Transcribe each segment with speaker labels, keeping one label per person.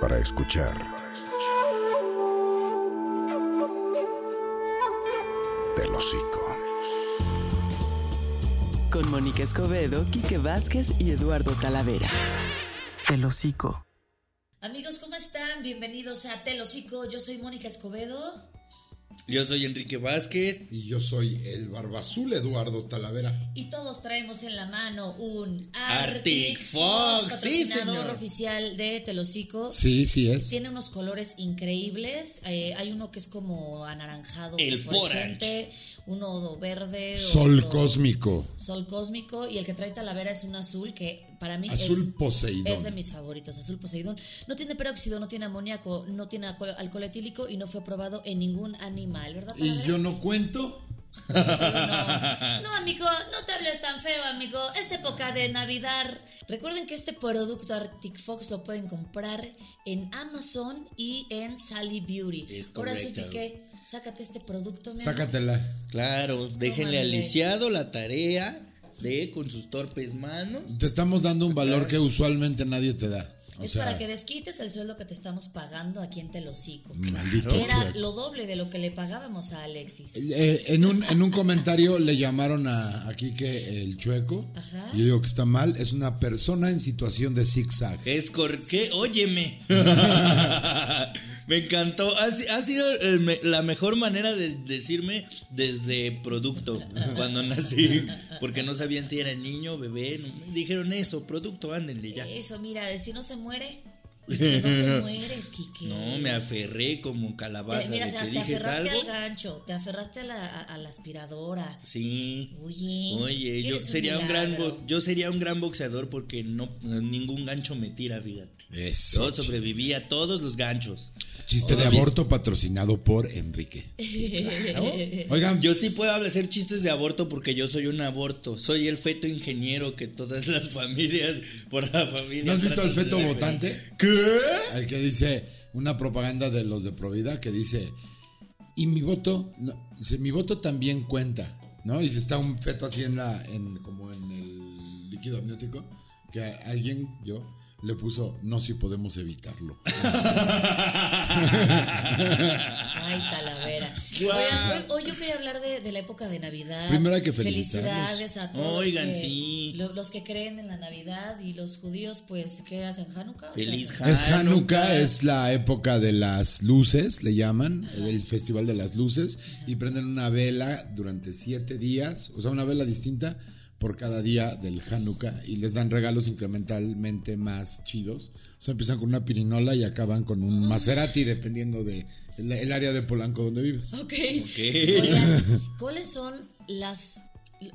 Speaker 1: para escuchar. Del hocico.
Speaker 2: Con Mónica Escobedo, Quique Vázquez y Eduardo Talavera. Del hocico.
Speaker 3: Amigos, ¿cómo están? Bienvenidos a Telocico. Yo soy Mónica Escobedo.
Speaker 4: Yo soy Enrique Vázquez.
Speaker 5: Y yo soy el barbazul Eduardo Talavera.
Speaker 3: Y todos traemos en la mano un
Speaker 4: Arctic
Speaker 3: Arctic
Speaker 4: Fox,
Speaker 3: Fox,
Speaker 4: sí,
Speaker 3: patrocinador
Speaker 4: señor.
Speaker 3: oficial de Telocico.
Speaker 5: Sí, sí es.
Speaker 3: Tiene unos colores increíbles. Eh, hay uno que es como anaranjado,
Speaker 4: El
Speaker 3: fosforescente, uno verde,
Speaker 5: Sol
Speaker 3: otro
Speaker 5: cósmico.
Speaker 3: sol cósmico y el que trae Talavera es un azul que para mí
Speaker 5: Azul
Speaker 3: es,
Speaker 5: Poseidón.
Speaker 3: es de mis favoritos, azul Poseidón. No tiene peróxido, no tiene amoníaco, no tiene alcohol, alcohol etílico y no fue probado en ningún animal, ¿verdad?
Speaker 5: Y
Speaker 3: Talavera?
Speaker 5: yo no cuento.
Speaker 3: No, no, amigo, no te hables tan feo, amigo. Es época de Navidad. Recuerden que este producto Arctic Fox lo pueden comprar en Amazon y en Sally Beauty.
Speaker 4: Es
Speaker 3: Ahora sí
Speaker 4: correcto.
Speaker 3: que sácate este producto, mi amor.
Speaker 5: Sácatela.
Speaker 4: Claro, déjenle al
Speaker 3: Tómale.
Speaker 4: lisiado la tarea de con sus torpes manos.
Speaker 5: Te estamos dando un valor que usualmente nadie te da. O
Speaker 3: es para
Speaker 5: sea, eh,
Speaker 3: que desquites el sueldo que te estamos pagando aquí en Telocico.
Speaker 5: maldito.
Speaker 3: Que Era
Speaker 5: chueco.
Speaker 3: lo doble de lo que le pagábamos a Alexis.
Speaker 5: Eh, en, un, en un comentario le llamaron a, a Quique el chueco.
Speaker 3: Ajá.
Speaker 5: Yo digo que está mal. Es una persona en situación de zigzag.
Speaker 4: Es cor ¿Qué? Óyeme. me encantó. Ha, si- ha sido el me- la mejor manera de decirme desde producto cuando nací. Porque no sabían si era niño, bebé. no me dijeron eso, producto, ándenle ya.
Speaker 3: Eso, mira, si no se muere, no te mueres, Kike.
Speaker 4: No, me aferré como calabaza.
Speaker 3: Te- mira,
Speaker 4: de
Speaker 3: o sea,
Speaker 4: que
Speaker 3: te
Speaker 4: dije
Speaker 3: aferraste
Speaker 4: algo.
Speaker 3: al gancho, te aferraste a la, a- a la aspiradora.
Speaker 4: Sí.
Speaker 3: Oye,
Speaker 4: Oye, yo
Speaker 3: eres un
Speaker 4: sería un gran
Speaker 3: milagro.
Speaker 4: bo- yo sería un gran boxeador porque no ningún gancho me tira, fíjate.
Speaker 5: Eso.
Speaker 4: Yo sobreviví a todos los ganchos.
Speaker 5: Chiste de aborto patrocinado por Enrique. Oigan,
Speaker 4: Yo sí puedo hacer chistes de aborto porque yo soy un aborto. Soy el feto ingeniero que todas las familias por la familia.
Speaker 5: ¿no has visto al
Speaker 4: tratan de
Speaker 5: feto
Speaker 4: defender.
Speaker 5: votante?
Speaker 4: ¿Qué?
Speaker 5: Al que dice una propaganda de los de Provida que dice, y mi voto, no, dice, mi voto también cuenta, ¿no? Y se está un feto así en la, en, como en el líquido amniótico, que alguien, yo, le puso, no si podemos evitarlo.
Speaker 3: Ay, Talavera.
Speaker 4: Guau.
Speaker 3: Oigan, hoy, hoy yo quería hablar de, de la época de Navidad.
Speaker 5: Primero hay que
Speaker 3: Felicidades a todos.
Speaker 4: Oigan,
Speaker 3: los que,
Speaker 4: sí.
Speaker 3: lo- los que creen en la Navidad y los judíos, pues, ¿qué hacen? ¿Hanukkah?
Speaker 4: Feliz
Speaker 3: Hanukkah.
Speaker 5: es
Speaker 4: Hanukkah.
Speaker 5: Hanukkah, es la época de las luces, le llaman, el festival de las luces, y prenden una vela durante siete días, o sea, una vela distinta por cada día del Hanukkah, y les dan regalos incrementalmente más chidos. O sea, empiezan con una pirinola y acaban con un Maserati, dependiendo del de el área de Polanco donde vives.
Speaker 3: Ok. Oigan, ¿cuáles son las,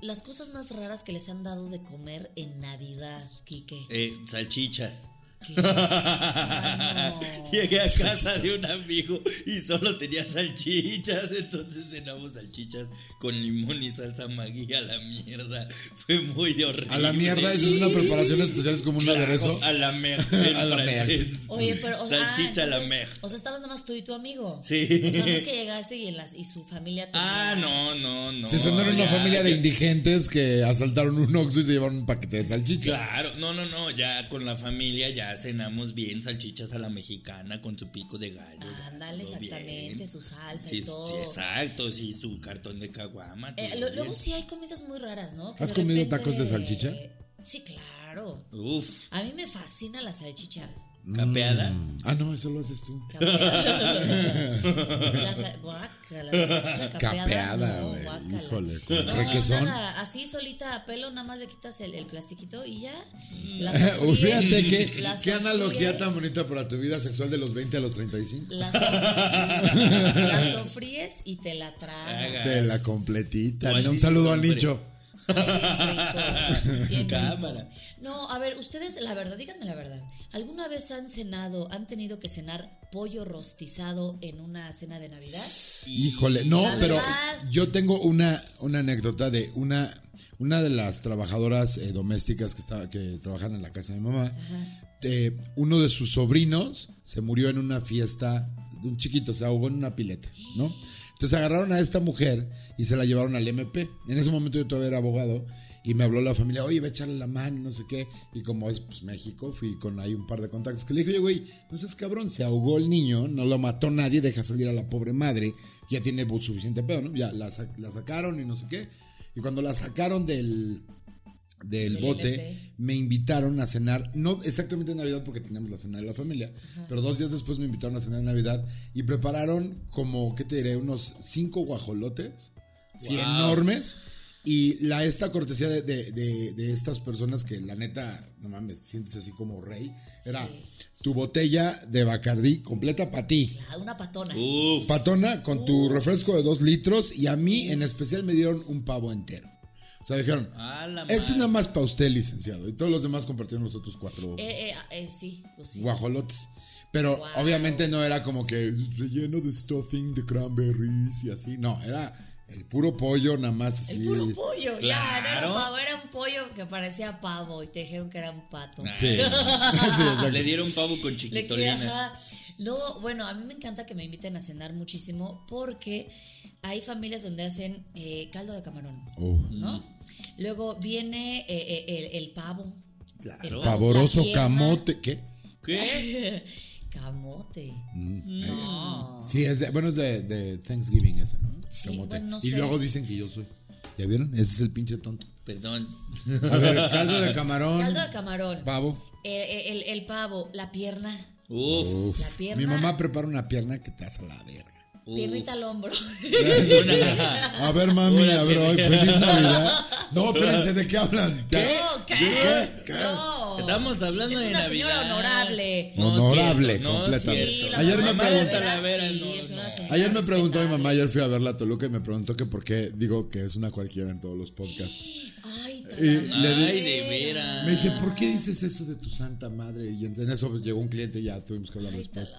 Speaker 3: las cosas más raras que les han dado de comer en Navidad, Quique?
Speaker 4: Eh, salchichas.
Speaker 3: ¿Qué?
Speaker 4: Llegué a casa de un amigo y solo tenía salchichas, entonces cenamos salchichas con limón y salsa magui a la mierda. Fue muy horrible.
Speaker 5: A la mierda, eso es una preparación especial, es como un
Speaker 4: Claro, Ah,
Speaker 5: aderezo.
Speaker 4: A la mer.
Speaker 5: A
Speaker 4: A la
Speaker 5: la mer.
Speaker 3: Oye, pero. O sea,
Speaker 4: Salchicha a la mer.
Speaker 3: O sea, estabas nada más tú y tu amigo.
Speaker 4: Sí.
Speaker 3: O sea, no es que llegaste y, en las, y su familia te.
Speaker 4: Ah, no, no, no.
Speaker 5: Se sonaron una
Speaker 4: ya,
Speaker 5: familia de
Speaker 4: ya.
Speaker 5: indigentes que asaltaron un Oxxo y se llevaron un paquete de salchichas.
Speaker 4: Claro, no, no, no, ya con la familia ya cenamos bien salchichas a la mexicana con su pico de gallo. ya,
Speaker 3: Ándale,
Speaker 4: todo bien.
Speaker 3: exactamente, su salsa
Speaker 4: Sí,
Speaker 3: y
Speaker 4: sí,
Speaker 3: todo.
Speaker 4: exacto, sí, su cartón de caguama.
Speaker 3: Eh,
Speaker 4: todo
Speaker 3: lo-
Speaker 4: bien.
Speaker 3: luego sí hay comidas muy raras, ¿no?
Speaker 5: ¿Has comido tacos de salchicha?
Speaker 3: Sí, claro.
Speaker 4: Uf,
Speaker 3: A mí me fascina la salchicha.
Speaker 4: capeada.
Speaker 5: Ah, no, eso lo haces tú.
Speaker 3: Capeada. la sa- guácala, la salchicha capeada.
Speaker 5: Capeada,
Speaker 3: no,
Speaker 5: güey.
Speaker 3: guácala.
Speaker 5: Híjole, con
Speaker 3: No,
Speaker 5: requesón.
Speaker 3: nada, así solita a pelo, nada más le quitas el, el plastiquito y ya. La
Speaker 5: Uy,
Speaker 3: sofríes,
Speaker 5: Pues Fíjate que,
Speaker 3: la
Speaker 5: qué analogía
Speaker 3: sofríes.
Speaker 5: tan bonita para tu vida sexual de los 20 a los 35.
Speaker 3: La, so- la sofríes y te la tragas.
Speaker 4: Haga.
Speaker 5: De la completita.
Speaker 4: Pues
Speaker 5: Mira,
Speaker 4: sí,
Speaker 5: un saludo a
Speaker 4: hombre.
Speaker 5: Nicho.
Speaker 3: Ay, bien rico, bien rico.
Speaker 4: Cámara.
Speaker 3: No, a ver, ustedes, la verdad, díganme la verdad. ¿Alguna vez han cenado, han tenido que cenar pollo rostizado en una cena de Navidad?
Speaker 5: Híjole, no,
Speaker 3: La
Speaker 5: pero
Speaker 3: verdad.
Speaker 5: yo tengo una, una anécdota de una, una de las trabajadoras eh, domésticas que, estaba, que trabajan en la casa de mi mamá. Eh, uno de sus sobrinos se murió en una fiesta, de un chiquito se ahogó en una pileta, ¿no? Entonces agarraron a esta mujer y se la llevaron al MP. En ese momento yo todavía era abogado y me habló la familia, oye, ve a echarle la mano, no sé qué. Y como es pues, México, fui con ahí un par de contactos que le dije, oye, güey, no seas cabrón, se ahogó el niño, no lo mató nadie, deja salir a la pobre madre, ya tiene suficiente pedo, ¿no? Ya la, sac- la sacaron y no sé qué. Y cuando la sacaron del, del
Speaker 3: Del
Speaker 5: bote,
Speaker 3: LP.
Speaker 5: me invitaron a cenar, no exactamente en Navidad porque teníamos la cena de la familia, pero dos días después me invitaron a cenar en Navidad y prepararon como, ¿qué te diré? Unos cinco guajolotes, sí,
Speaker 4: Wow.
Speaker 5: enormes. Y la, esta cortesía de, de- de- de estas personas que la neta, no mames, te sientes así como rey, era tu botella de Bacardí completa para ti.
Speaker 3: Ah, una patona.
Speaker 4: Uf,
Speaker 5: Patona con tu refresco de dos litros y a mí en especial me dieron un pavo entero. O sea, dijeron,
Speaker 4: a la
Speaker 5: esto es
Speaker 4: madre.
Speaker 5: nada más para usted, licenciado. Y todos los demás compartieron los otros cuatro
Speaker 3: Eh, eh, ah, eh, sí, pues sí.
Speaker 5: guajolotes. Pero
Speaker 3: Wow.
Speaker 5: obviamente no era como que relleno de stuffing de cranberries y así. No, era el puro pollo, nada más así.
Speaker 3: El puro pollo, ya, no era
Speaker 4: Claro.
Speaker 3: pavo, era un pollo que parecía pavo y te dijeron que era un pato.
Speaker 5: Ah, Sí. Sí, exacto.
Speaker 4: Le dieron pavo con
Speaker 3: Le que-
Speaker 4: chiquitorina.
Speaker 3: ajá. Luego, bueno, a mí me encanta que me inviten a cenar muchísimo porque hay familias donde hacen eh, caldo de camarón,
Speaker 5: Oh.
Speaker 3: ¿no? Luego viene eh, eh, el, el pavo.
Speaker 4: Claro.
Speaker 3: El pavo, la
Speaker 5: Pavoroso
Speaker 3: pierna.
Speaker 5: camote. ¿Qué?
Speaker 4: ¿Qué?
Speaker 3: Camote.
Speaker 5: Mm.
Speaker 3: No.
Speaker 5: Sí, es de- bueno, es de, de Thanksgiving ese, ¿no?
Speaker 3: Ah. Sí, bueno, no
Speaker 5: y
Speaker 3: sé.
Speaker 5: luego dicen que yo soy. ¿Ya vieron? Ese es el pinche tonto.
Speaker 4: Perdón.
Speaker 5: A ver, caldo de camarón.
Speaker 3: Caldo de camarón. Eh,
Speaker 5: Pavo.
Speaker 3: El, el- el- el pavo, la pierna.
Speaker 4: Uf.
Speaker 5: Uf.
Speaker 3: La pierna.
Speaker 5: Mi mamá prepara una pierna que te hace la verga.
Speaker 4: uf.
Speaker 3: Piernita al hombro.
Speaker 5: A ver, mami,
Speaker 4: Una
Speaker 5: a ver, hoy,
Speaker 4: pierna.
Speaker 5: feliz Navidad. No, espérense, ¿de qué hablan? ¿Qué?
Speaker 3: No, ¿qué?
Speaker 5: ¿De qué? ¿Qué?
Speaker 3: No.
Speaker 4: Estamos hablando
Speaker 3: Es
Speaker 4: de
Speaker 3: una
Speaker 4: Navidad.
Speaker 3: señora honorable.
Speaker 4: No es
Speaker 5: Honorable,
Speaker 4: cierto, no es
Speaker 5: completamente.
Speaker 3: Sí,
Speaker 4: cierto.
Speaker 3: la
Speaker 5: Ayer me
Speaker 3: mamá
Speaker 5: preguntó-
Speaker 3: de verdad,
Speaker 4: Talavera,
Speaker 3: sí,
Speaker 4: no,
Speaker 3: es una
Speaker 4: no.
Speaker 3: señora
Speaker 5: Ayer me preguntó mi mamá,
Speaker 3: respetable.
Speaker 5: ayer fui a verla a Toluca y me preguntó que por qué digo que es una cualquiera en todos los podcasts.
Speaker 3: Ay,
Speaker 5: Y
Speaker 3: Talavera.
Speaker 5: le di-
Speaker 4: Ay, de veras.
Speaker 5: me dice, ¿por qué dices eso de tu santa madre? Y en en eso llegó un cliente y ya tuvimos que hablar después.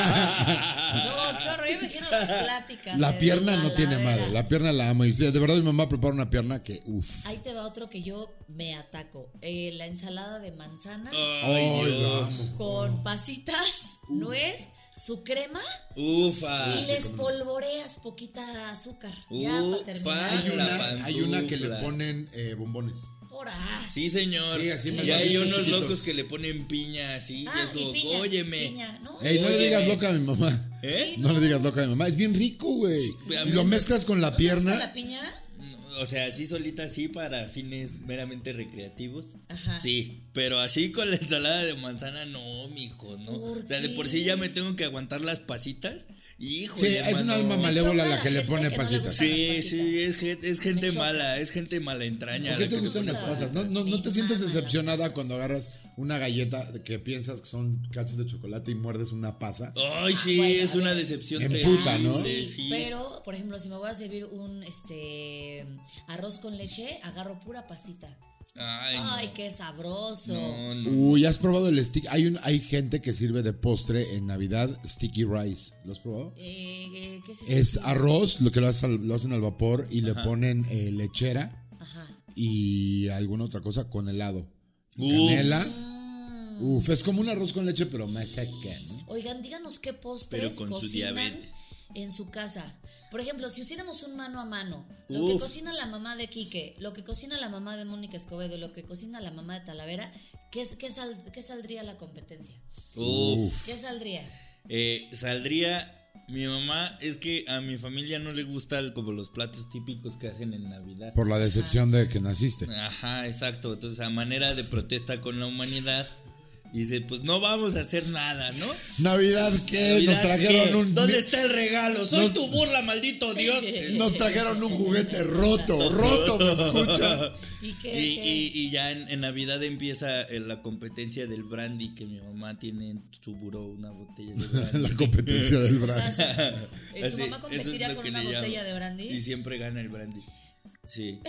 Speaker 3: No, qué horror, yo me quiero las pláticas.
Speaker 5: La
Speaker 3: de
Speaker 5: pierna no
Speaker 3: Talavera.
Speaker 5: tiene madre, la pierna la amo. Y de verdad mi mamá prepara una pierna que, uff.
Speaker 3: Ahí te va otro que yo me ataco. Eh, la ensalada de manzana
Speaker 4: Ah. Ay, Dios.
Speaker 3: con pasitas,
Speaker 5: Uh.
Speaker 3: nuez, su crema
Speaker 5: Ah,
Speaker 4: Ufa.
Speaker 3: y les polvoreas poquita azúcar. ya
Speaker 4: Uh,
Speaker 3: para terminar.
Speaker 4: fa-
Speaker 5: Hay una,
Speaker 4: La
Speaker 5: hay una que le
Speaker 4: pantufla.
Speaker 5: ponen eh, bombones.
Speaker 3: Ahora. ah,
Speaker 4: Sí, señor.
Speaker 5: Sí, así me
Speaker 4: y
Speaker 5: lo
Speaker 4: hay
Speaker 5: dicen
Speaker 4: unos
Speaker 5: chiquitos.
Speaker 4: locos que le ponen piña así.
Speaker 3: Ah,
Speaker 4: y es
Speaker 3: y
Speaker 4: como,
Speaker 3: piña,
Speaker 4: óyeme.
Speaker 3: piña, ¿no?
Speaker 5: Ey, no le
Speaker 4: Oye.
Speaker 5: digas loca a mi mamá.
Speaker 4: ¿Eh?
Speaker 5: No le digas loca a mi mamá. Es bien rico, güey.
Speaker 4: a
Speaker 5: Y
Speaker 4: mí
Speaker 5: lo
Speaker 4: me-
Speaker 5: mezclas con la
Speaker 3: ¿No te gusta
Speaker 5: pierna.
Speaker 3: La piña.
Speaker 4: No, O sea, así solita, así para fines meramente recreativos.
Speaker 3: Ajá.
Speaker 4: Sí, pero así con la ensalada de manzana, no, mijo, no.
Speaker 3: ¿Por
Speaker 4: O sea, de por
Speaker 3: qué?
Speaker 4: sí ya me tengo que aguantar las pasitas. Hijo,
Speaker 5: Sí, es un alma malévola
Speaker 3: choca
Speaker 5: la
Speaker 3: la
Speaker 5: que le
Speaker 3: gente
Speaker 5: pone
Speaker 3: que no le
Speaker 5: pasitas.
Speaker 3: gusta.
Speaker 4: Sí,
Speaker 3: Las
Speaker 4: sí,
Speaker 3: pasitas.
Speaker 4: es, gen- es gente
Speaker 3: choca.
Speaker 4: mala, es gente mala entraña.
Speaker 5: ¿Por qué
Speaker 4: la
Speaker 5: te
Speaker 4: que le
Speaker 5: gustan
Speaker 4: gusta
Speaker 5: las
Speaker 4: la
Speaker 5: pasas? ¿No,
Speaker 4: pasita.
Speaker 5: no, no te
Speaker 3: Me
Speaker 5: sientes
Speaker 3: maman las
Speaker 5: decepcionada cuando agarras una galleta que piensas que son cachos de chocolate y muerdes una pasa?
Speaker 4: Ay, sí,
Speaker 3: Bueno,
Speaker 4: es
Speaker 3: a
Speaker 4: una
Speaker 3: ver.
Speaker 4: decepción.
Speaker 5: Me
Speaker 4: terrible.
Speaker 5: emputa, ¿no?
Speaker 4: Sí, sí.
Speaker 3: Pero, por ejemplo, si me voy a servir un este arroz con leche, agarro pura pasita.
Speaker 4: Ay, no.
Speaker 3: Ay, qué sabroso.
Speaker 4: No, no.
Speaker 5: Uy, ¿has probado el stick? Hay, un, hay gente que sirve de postre en Navidad sticky rice. ¿Lo has probado?
Speaker 3: Eh, eh, ¿Qué es esto?
Speaker 5: Es arroz, lo que lo, hace al- lo hacen al vapor y le ponen eh, lechera
Speaker 3: Ajá.
Speaker 5: y alguna otra cosa con helado.
Speaker 4: Uf.
Speaker 5: Canela. Uf, es como un arroz con leche, pero más seca, ¿no?
Speaker 3: Oigan, díganos qué postres
Speaker 4: Pero con su
Speaker 3: cocinan
Speaker 4: diabetes.
Speaker 3: en su casa. Por ejemplo, si hiciéramos un mano a mano, lo que
Speaker 4: Uf.
Speaker 3: cocina la mamá de Quique, lo que cocina la mamá de Mónica Escobedo, lo que cocina la mamá de Talavera, ¿qué, es- qué sal- qué saldría la competencia?
Speaker 4: Uf.
Speaker 3: ¿Qué saldría?
Speaker 4: Eh, saldría. Mi mamá es que a mi familia no le gustan como los platos típicos que hacen en Navidad.
Speaker 5: Por la decepción de que naciste.
Speaker 4: Ajá, exacto. Entonces, a manera de protesta con la humanidad, dice: Pues no vamos a hacer nada, ¿no?
Speaker 5: Navidad que Eh, nos
Speaker 4: Navidad,
Speaker 5: trajeron
Speaker 4: ¿qué?
Speaker 5: un
Speaker 4: ¿Dónde está el regalo? Soy
Speaker 5: Nos-
Speaker 4: tu burla, maldito Dios.
Speaker 5: nos trajeron un juguete roto, roto, me escucha.
Speaker 3: ¿Y
Speaker 4: Y,
Speaker 3: qué? qué?
Speaker 4: y- y ya en, en Navidad empieza eh, la competencia del brandy que mi mamá tiene en su buró una botella de brandy.
Speaker 5: La competencia del
Speaker 3: O sea,
Speaker 5: brazo.
Speaker 3: su- eh,
Speaker 4: Así,
Speaker 3: tu mamá
Speaker 4: eso es
Speaker 3: competiría
Speaker 4: lo
Speaker 3: con
Speaker 4: que
Speaker 3: una
Speaker 4: le llamo.
Speaker 3: botella de
Speaker 4: Y
Speaker 3: brandy.
Speaker 4: siempre gana el brandy. Sí.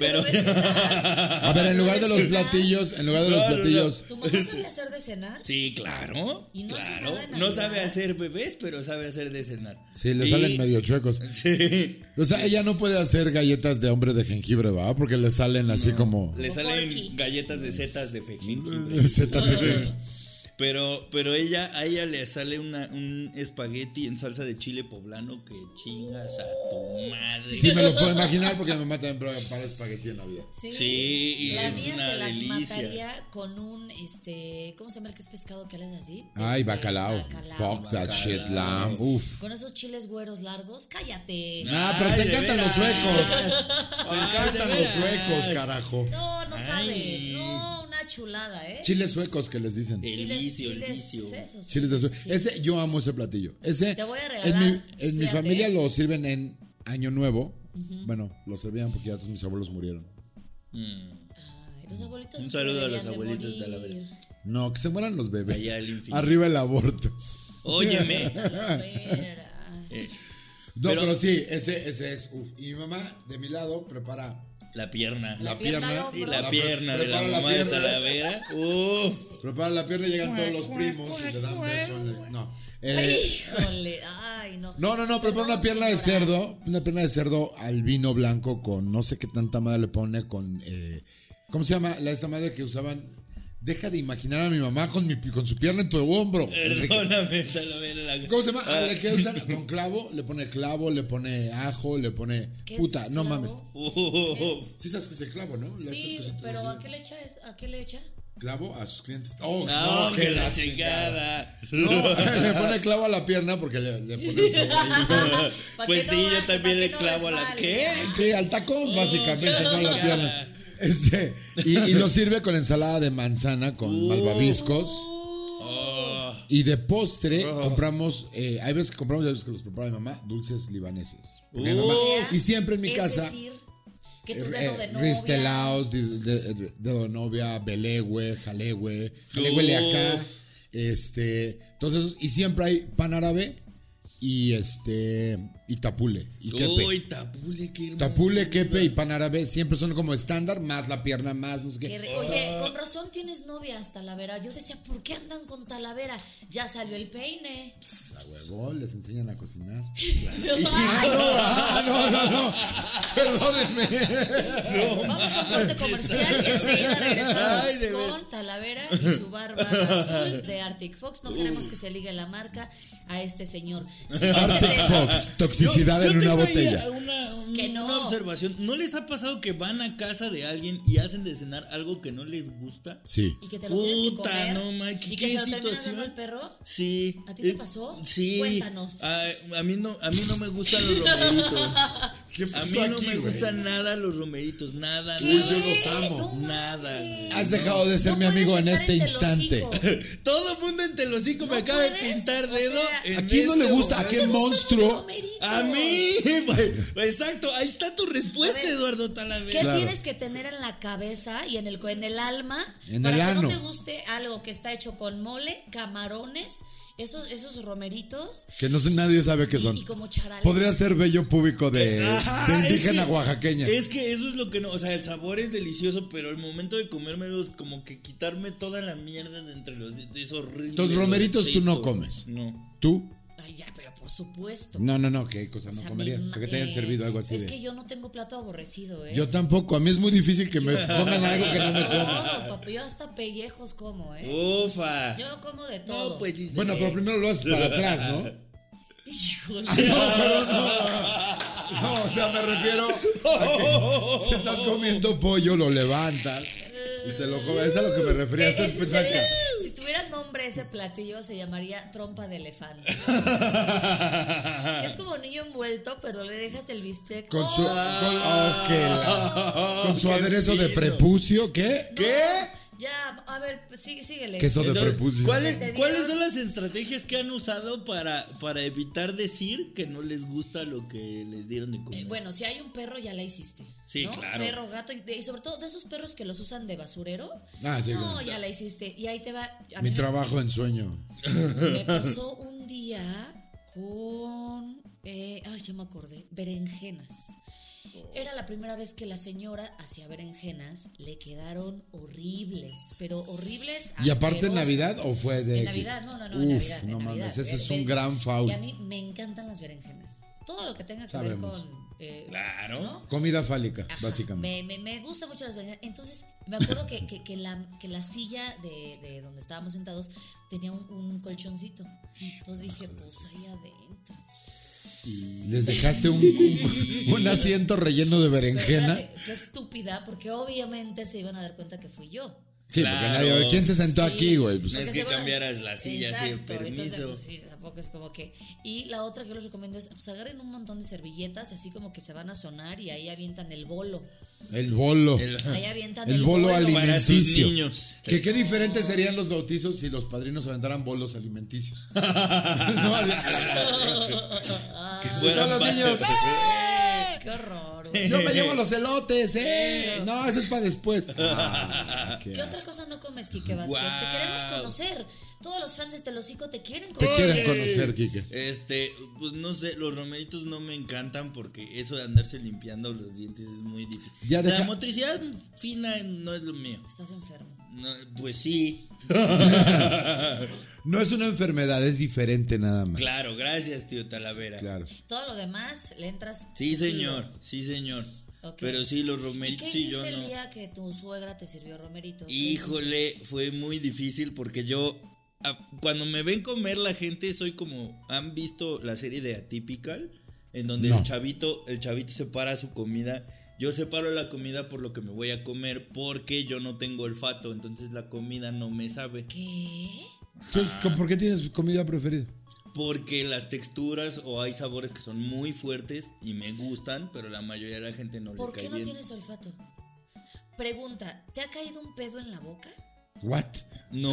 Speaker 4: Pero.
Speaker 5: A ver, en lugar de los
Speaker 3: Pobrecita.
Speaker 5: platillos, en lugar de los
Speaker 4: No, no, no.
Speaker 5: platillos.
Speaker 3: ¿Tu mamá sabe hacer de cenar?
Speaker 4: Sí, claro.
Speaker 3: Y no hace
Speaker 4: claro.
Speaker 3: nada en
Speaker 4: no
Speaker 3: Navidad.
Speaker 4: sabe hacer bebés, pero sabe hacer de cenar.
Speaker 5: Sí, le
Speaker 4: Y-
Speaker 5: salen medio chuecos.
Speaker 4: Sí.
Speaker 5: O sea, ella no puede hacer galletas de hombre de jengibre, ¿va? Porque le salen así como
Speaker 4: Le
Speaker 3: Como
Speaker 4: salen
Speaker 3: Porky.
Speaker 5: Mm.
Speaker 4: galletas de setas de fe- jengibre.
Speaker 5: setas de jengibre.
Speaker 4: Pero, pero ella, a ella le sale una, un espagueti en salsa de chile poblano que chingas a tu madre.
Speaker 5: Sí, me lo puedo imaginar porque mi mamá también prepara espagueti en Navidad.
Speaker 3: Sí,
Speaker 4: Sí, y
Speaker 3: La
Speaker 4: es
Speaker 3: mía
Speaker 4: una
Speaker 3: se las
Speaker 4: delicia.
Speaker 3: mataría con un, este, ¿cómo se llama el que es pescado que le haces así? Este,
Speaker 5: Ay, bacalao.
Speaker 3: Bacalao.
Speaker 5: Fuck that shit, lamb. Uf.
Speaker 3: Con esos chiles güeros largos, cállate.
Speaker 5: Ah, pero
Speaker 4: Ay,
Speaker 5: te
Speaker 4: de
Speaker 5: encantan los
Speaker 4: veras.
Speaker 5: suecos. Te
Speaker 4: Ay,
Speaker 5: encantan
Speaker 4: de
Speaker 5: los
Speaker 4: veras.
Speaker 5: suecos, carajo.
Speaker 3: No, no sabes.
Speaker 4: Ay.
Speaker 3: No, una chulada, ¿eh?
Speaker 5: Chiles suecos que les dicen.
Speaker 4: El vicio, el vicio.
Speaker 3: esos.
Speaker 5: Chiles de suecos.
Speaker 3: chiles.
Speaker 5: Ese, yo amo ese platillo. Ese.
Speaker 3: Te voy a regalar,
Speaker 5: En mi, en mi
Speaker 3: fíjate.
Speaker 5: familia lo sirven en Año Nuevo. Bueno, lo servían porque ya todos mis abuelos murieron.
Speaker 3: Ay, los abuelitos
Speaker 4: Un
Speaker 3: no se
Speaker 4: saludo a los
Speaker 3: deberían de
Speaker 4: abuelitos de la
Speaker 3: morir.
Speaker 5: No, que se mueran los bebés.
Speaker 4: Allá al infinito.
Speaker 5: Arriba el aborto.
Speaker 4: Óyeme.
Speaker 3: La vera.
Speaker 4: eh,
Speaker 5: No,
Speaker 4: Pero-
Speaker 5: pero, sí, ese, ese es. Uf. Y mi mamá, de mi lado, prepara
Speaker 4: la pierna.
Speaker 5: la,
Speaker 3: pierna
Speaker 5: pierna.
Speaker 3: al hombro.
Speaker 4: y la
Speaker 5: pre-
Speaker 4: pierna de la
Speaker 5: prepara
Speaker 4: mamá de
Speaker 5: pierna.
Speaker 4: Talavera. Uf.
Speaker 5: Prepara la pierna y llegan todos los primos y le dan beso en el- No. Eh,
Speaker 3: Híjole, ay, no.
Speaker 5: no, no, no, prepara una pierna de
Speaker 3: señora.
Speaker 5: cerdo. Una pierna de cerdo al vino blanco con no sé qué tanta madre le pone con. eh, ¿Cómo se llama? La esta madre que usaban. Deja de imaginar a mi mamá con, mi, con su pierna en tu hombro. Enrique.
Speaker 4: Perdóname, Talavera. la-
Speaker 5: ¿Cómo se llama?
Speaker 4: Eh, Ah,
Speaker 5: A la que usan con clavo, le pone clavo, le pone ajo, le pone.
Speaker 3: ¿Qué es
Speaker 5: Puta, no
Speaker 3: clavo?
Speaker 5: mames.
Speaker 4: uf.
Speaker 5: Sí, sabes que es el clavo, ¿no? Las estas
Speaker 3: Sí,
Speaker 5: cositas
Speaker 3: pero
Speaker 5: así.
Speaker 3: ¿a qué le echa? es- ¿A qué le echa?
Speaker 5: Clavo a sus clientes. ¡Oh,
Speaker 4: No,
Speaker 5: no,
Speaker 4: que
Speaker 5: qué
Speaker 4: Ah, la
Speaker 5: la chingada!
Speaker 4: chingada.
Speaker 5: No, le pone clavo a la pierna porque le, le pone un sobrino.
Speaker 3: Pa'
Speaker 4: Pues
Speaker 3: que
Speaker 4: sí,
Speaker 3: no
Speaker 4: yo
Speaker 3: baje,
Speaker 4: también
Speaker 3: pa'
Speaker 4: le
Speaker 3: que no
Speaker 4: clavo a la.
Speaker 3: resbale.
Speaker 4: ¿Qué?
Speaker 5: Sí, al tacón, básicamente,
Speaker 4: qué la
Speaker 5: no a la
Speaker 4: chingada.
Speaker 5: pierna. Este, y, y lo sirve con ensalada de manzana, con malvaviscos. Y de postre compramos, eh, hay veces que compramos, hay veces que los prepara mi mamá, dulces libaneses. Porque mi mamá- y siempre en mi
Speaker 3: Es
Speaker 5: casa,
Speaker 3: decir, que tu dedo de
Speaker 5: eh,
Speaker 3: novia.
Speaker 5: ristelaos, de, de, de- dedo de novia, belegüe, jalegüe, jalegüele acá. Este, todos esos, y siempre hay pan árabe y este, y tapule, y quepe.
Speaker 4: Uy, tapule, qué hermoso.
Speaker 5: Tapule, quepe y pan árabe siempre son como estándar, más la pierna, más no sé
Speaker 3: Que
Speaker 5: qué.
Speaker 3: re- Oye, con razón tienes novias, Talavera. Yo decía, ¿por qué andan con Talavera? Ya salió el peine.
Speaker 5: Pss, A huevo, les enseñan a cocinar.
Speaker 3: Ay,
Speaker 5: Ah, no, no, no. Perdónenme.
Speaker 3: Vamos a un corte comercial y enseguida
Speaker 5: Ay, de
Speaker 3: regresamos con Talavera y su barba azul de Arctic Fox. No queremos que se ligue la marca a este señor.
Speaker 5: Arctic Fox, toxicidad
Speaker 4: Yo- yo
Speaker 5: en una
Speaker 4: tengo ahí
Speaker 5: botella.
Speaker 4: Una, un-
Speaker 3: Que no.
Speaker 4: una observación. ¿No les ha pasado que van a casa de alguien y hacen de cenar algo que no les gusta?
Speaker 5: Sí.
Speaker 3: Y que te lo tienes que
Speaker 4: Puta,
Speaker 3: comer.
Speaker 4: no, ma, ¿qué-
Speaker 3: y que
Speaker 4: qué
Speaker 3: se lo terminas
Speaker 4: situación?
Speaker 3: dando al perro.
Speaker 4: Sí.
Speaker 3: ¿A ti te
Speaker 4: Eh,
Speaker 3: pasó?
Speaker 4: Sí.
Speaker 3: Cuéntanos.
Speaker 4: A, a mí no, a mí no me gustan los romeritos.
Speaker 5: ¿Qué
Speaker 4: A mí
Speaker 5: pasó
Speaker 4: no
Speaker 5: aquí,
Speaker 4: me
Speaker 5: güey? Pues
Speaker 4: gustan nada los romeritos. Nada,
Speaker 3: ¿Qué?
Speaker 4: nada.
Speaker 5: yo los amo.
Speaker 3: No mames.
Speaker 4: Nada. güey.
Speaker 5: Has dejado de ser
Speaker 3: No
Speaker 5: mi amigo
Speaker 3: puedes
Speaker 5: en
Speaker 3: estar
Speaker 5: este
Speaker 3: entre los
Speaker 5: instante.
Speaker 3: hijos.
Speaker 4: Todo mundo entre los cinco me
Speaker 3: No
Speaker 4: acaba de
Speaker 3: puedes,
Speaker 4: pintar
Speaker 3: o
Speaker 4: dedo.
Speaker 3: sea,
Speaker 4: en
Speaker 5: ¿A quién no
Speaker 4: este
Speaker 5: le gusta?
Speaker 4: momento.
Speaker 5: ¿A qué
Speaker 3: ¿Te gustan los
Speaker 5: monstruo?
Speaker 3: romeritos?
Speaker 4: A mí, pues, exacto, ahí está tu respuesta,
Speaker 3: A ver,
Speaker 4: Eduardo
Speaker 3: ¿Qué
Speaker 4: Talavera.
Speaker 5: Claro.
Speaker 3: tienes que tener en la cabeza y en el, co- en el alma
Speaker 5: En
Speaker 3: para
Speaker 5: el
Speaker 3: que no
Speaker 5: ano.
Speaker 3: te guste algo que está hecho con mole, camarones, esos, esos romeritos
Speaker 5: Que no sé, nadie sabe qué
Speaker 3: y-
Speaker 5: son.
Speaker 3: y, como charales?
Speaker 5: Podría ser bello público de,
Speaker 4: Ajá,
Speaker 5: de
Speaker 4: es
Speaker 5: indígena
Speaker 4: que-
Speaker 5: oaxaqueña.
Speaker 4: Es que eso es lo que no, o sea, el sabor es delicioso, pero el momento de comérmelos, como que quitarme toda la mierda de entre los dientes, es horrible.
Speaker 5: Entonces, romeritos tú no
Speaker 4: Detesto.
Speaker 5: comes.
Speaker 4: No.
Speaker 5: ¿Tú?
Speaker 3: Ay, ya, pero por supuesto.
Speaker 5: No, no, no, qué cosa
Speaker 3: O sea,
Speaker 5: no comerías.
Speaker 3: mi
Speaker 5: O sea, que
Speaker 3: ma-
Speaker 5: te hayan
Speaker 3: eh,
Speaker 5: servido algo así.
Speaker 3: Es
Speaker 5: de-
Speaker 3: que yo no tengo plato aborrecido, ¿eh?
Speaker 5: Yo tampoco, a mí es muy difícil que me pongan algo que no me como.
Speaker 3: Todo, papi, yo hasta pellejos como, ¿eh?
Speaker 4: Ufa.
Speaker 3: Yo como de todo.
Speaker 4: no, pues sí, sí.
Speaker 5: Bueno, pero primero lo haces para atrás, ¿no?
Speaker 3: Híjole.
Speaker 5: Ah, no, pero no. No, o sea, me refiero a que si estás comiendo pollo, lo levantas y te lo comes. Es a lo que me refería. Estás
Speaker 3: Ese Eh, sería-
Speaker 5: pensando que-
Speaker 3: si tuviera nombre ese platillo se llamaría trompa de elefante. Que es como niño envuelto, pero le dejas el bistec.
Speaker 5: Con su,
Speaker 3: ¡Oh!
Speaker 5: con, oh, que la- con su
Speaker 4: qué
Speaker 5: aderezo de
Speaker 4: fino.
Speaker 5: prepucio, ¿qué?
Speaker 3: No,
Speaker 4: ¿Qué?
Speaker 3: Ya, a ver, pues, sí, síguele.
Speaker 5: Queso de
Speaker 4: Entonces,
Speaker 5: prepucio.
Speaker 4: ¿cuáles-
Speaker 3: Te digo-
Speaker 4: ¿Cuáles son las estrategias que han usado para, para evitar decir que no les gusta lo que les dieron de comer?
Speaker 3: Eh, Bueno, si hay un perro, ya la hiciste.
Speaker 4: Sí,
Speaker 3: ¿no?
Speaker 4: claro.
Speaker 3: Perro, gato, y, de- y sobre todo de esos perros que los usan de basurero.
Speaker 5: Ah, sí,
Speaker 3: no,
Speaker 5: claro.
Speaker 3: ya la hiciste. Y ahí te va. a
Speaker 5: Mi
Speaker 3: mí me-
Speaker 5: trabajo en sueño.
Speaker 3: Me pasó un día con. eh, ay, ya me acordé. Berenjenas. Era la primera vez que la señora hacía berenjenas. Le quedaron horribles, pero horribles.
Speaker 5: ¿Y aparte en
Speaker 3: asquerosas.
Speaker 5: Navidad o fue
Speaker 3: En
Speaker 5: de.? X?
Speaker 3: Navidad, no, no, no, en
Speaker 5: Uf,
Speaker 3: Navidad. en
Speaker 5: no
Speaker 3: Navidad.
Speaker 5: mames, ese es
Speaker 3: Ver-
Speaker 5: un gran foul.
Speaker 3: Y a mí me encantan las berenjenas. todo lo que tenga que
Speaker 5: Sabemos.
Speaker 3: ver con. eh,
Speaker 4: Claro.
Speaker 3: ¿no?
Speaker 5: Comida fálica,
Speaker 3: Ajá,
Speaker 5: básicamente.
Speaker 3: Me, me, me gusta mucho las venganzas. Entonces, me acuerdo que, que, que la, que la silla de, de donde estábamos sentados tenía un, un colchoncito. Entonces dije, pues ahí adentro.
Speaker 5: Les dejaste un, un- un asiento relleno de
Speaker 3: Pero
Speaker 5: berenjena.
Speaker 3: espérate, Qué estúpida, porque obviamente se iban a dar cuenta que fui yo.
Speaker 5: Sí, porque
Speaker 4: Claro.
Speaker 5: nadie. ¿Quién se sentó
Speaker 3: Sí,
Speaker 5: aquí, güey? Pues,
Speaker 4: No es
Speaker 3: porque
Speaker 4: que
Speaker 3: seguro-
Speaker 4: cambiaras la silla, sí,
Speaker 3: Exacto,
Speaker 4: permiso.
Speaker 3: entonces, pues, sí, tampoco es como que. Y la otra que yo les recomiendo es: pues agarren un montón de servilletas, así como que se van a sonar y ahí avientan el bolo.
Speaker 5: el bolo.
Speaker 4: El-
Speaker 3: Ahí avientan
Speaker 5: Ah, El
Speaker 3: el
Speaker 5: bolo
Speaker 4: Para sus
Speaker 5: alimenticio.
Speaker 4: niños.
Speaker 5: Que qué diferentes serían los bautizos si los padrinos aventaran bolos alimenticios. No, a la-
Speaker 4: que
Speaker 5: Y todos
Speaker 4: fueran
Speaker 5: los
Speaker 4: parte- este,
Speaker 5: niños. "Ah,
Speaker 3: ¡Eh! ¡Qué horror! güey!
Speaker 5: Yo me llevo los elotes, ¿eh? No, eso es para después. Ah, qué
Speaker 3: ¿Qué otra
Speaker 5: asco.
Speaker 3: cosa no comes, Quique Vázquez? Te queremos
Speaker 4: Guau.
Speaker 3: conocer. Todos los fans de Telocico te quieren
Speaker 5: Te
Speaker 3: conocer.
Speaker 5: quieren conocer, Kike.
Speaker 4: Este, pues no sé, los romeritos no me encantan porque eso de andarse limpiando los dientes es muy difícil.
Speaker 5: Ya deja-
Speaker 4: La motricidad fina no es lo mío.
Speaker 3: Estás enfermo.
Speaker 4: No, pues sí.
Speaker 5: No es una enfermedad, es diferente nada más.
Speaker 4: claro, gracias, tío Talavera.
Speaker 5: Claro.
Speaker 3: Todo lo demás le entras.
Speaker 4: Sí,
Speaker 3: tupido.
Speaker 4: señor, sí, señor.
Speaker 3: Ok.
Speaker 4: Pero sí, los
Speaker 3: ¿Y qué
Speaker 4: romeritos sí,
Speaker 3: hiciste
Speaker 4: yo
Speaker 3: el
Speaker 4: no.
Speaker 3: día que tu suegra te sirvió romeritos? ¿Qué
Speaker 4: Híjole, fue muy difícil porque yo. a- Cuando me ven comer la gente, soy como. ¿Han visto la serie de Atypical? En donde
Speaker 5: No.
Speaker 4: el chavito, el chavito separa su comida. Yo separo la comida por lo que me voy a comer porque yo no tengo olfato, entonces la comida no me sabe.
Speaker 3: hiciste?
Speaker 5: Entonces, ¿Por qué tienes comida preferida?
Speaker 4: Porque las texturas o hay sabores que son muy fuertes y me gustan, pero la mayoría de la gente no
Speaker 3: ¿Qué?
Speaker 4: le
Speaker 3: ¿Por
Speaker 4: cae
Speaker 3: qué no
Speaker 4: bien.
Speaker 3: tienes olfato? Pregunta, ¿te ha caído un pedo en la boca?
Speaker 5: What?
Speaker 4: No,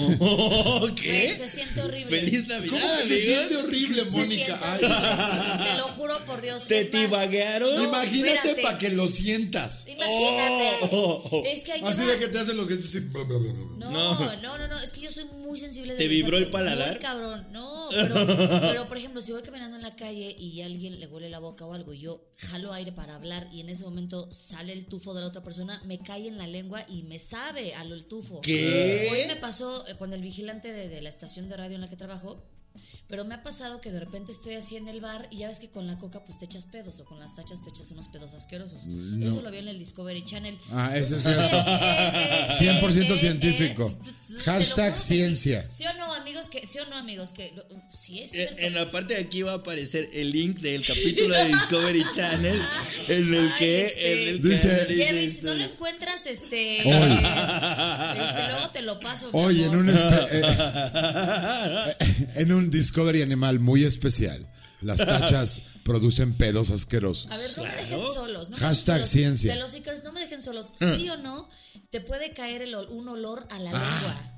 Speaker 4: ¿qué?
Speaker 3: Güey, se siente Pues horrible.
Speaker 4: Feliz Navidad.
Speaker 5: ¿Cómo que se
Speaker 4: amigos?
Speaker 5: siente horrible,
Speaker 3: Se siente
Speaker 5: Mónica? Ay,
Speaker 3: horrible. Te lo juro por Dios.
Speaker 4: ¿Te
Speaker 3: Es más,
Speaker 4: tibaguearon?
Speaker 3: no,
Speaker 5: Imagínate
Speaker 3: espérate.
Speaker 5: para que lo sientas.
Speaker 3: Imagínate.
Speaker 4: Oh, oh, oh.
Speaker 3: Es que hay
Speaker 5: Así de que te hacen los dientes así. bla, bla, bla, bla.
Speaker 3: No, no,
Speaker 4: No.
Speaker 3: no, no, es que yo soy muy sensible. de
Speaker 4: ¿Te
Speaker 3: mi
Speaker 4: vibró el
Speaker 3: parte.
Speaker 4: paladar?
Speaker 3: Muy cabrón, no, pero, pero, por ejemplo, si voy caminando en la calle y a alguien le huele la boca o algo, y yo jalo aire para hablar y en ese momento sale el tufo de la otra persona, me cae en la lengua y me sabe a lo el tufo.
Speaker 4: ¿Qué?
Speaker 3: Hoy me pasó eh, con el vigilante de, de la estación de radio en la que trabajo. Pero me ha pasado que de repente estoy así en el bar y ya ves que con la coca pues te echas pedos o con las tachas te echas unos pedos asquerosos.
Speaker 4: Mm,
Speaker 3: Eso lo vi en el Discovery Channel.
Speaker 5: Ah, eso es
Speaker 3: Eh,
Speaker 5: cierto.
Speaker 3: eh, eh,
Speaker 5: 100%
Speaker 3: eh,
Speaker 5: científico.
Speaker 3: eh, eh, te lo
Speaker 5: Hashtag
Speaker 3: juro que sí.
Speaker 5: ciencia.
Speaker 3: ¿Sí o no, amigos? Que, ¿Sí o no, amigos? Que, lo- sí
Speaker 5: Eh,
Speaker 3: es
Speaker 4: En,
Speaker 3: cierto.
Speaker 4: Eh, en la parte de aquí va a aparecer el link del capítulo de Discovery Channel en el
Speaker 3: Ay,
Speaker 4: que
Speaker 3: este.
Speaker 4: en el
Speaker 5: Dice-
Speaker 4: que analiza
Speaker 3: Jerry, si no
Speaker 4: esto.
Speaker 3: lo encuentras, este, eh,
Speaker 5: Hoy.
Speaker 3: este, luego te lo paso. mi
Speaker 5: Hoy en
Speaker 3: amor.
Speaker 5: un, espe- eh, en un Discovery Animal muy especial, las tachas producen pedos asquerosos.
Speaker 3: A ver, no me dejen solos. No me
Speaker 5: Hashtag
Speaker 3: dejen solos.
Speaker 5: ciencia.
Speaker 3: De los seekers, no me dejen solos.
Speaker 5: Ah.
Speaker 3: ¿Sí o no? Te puede caer el ol- un olor a la lengua.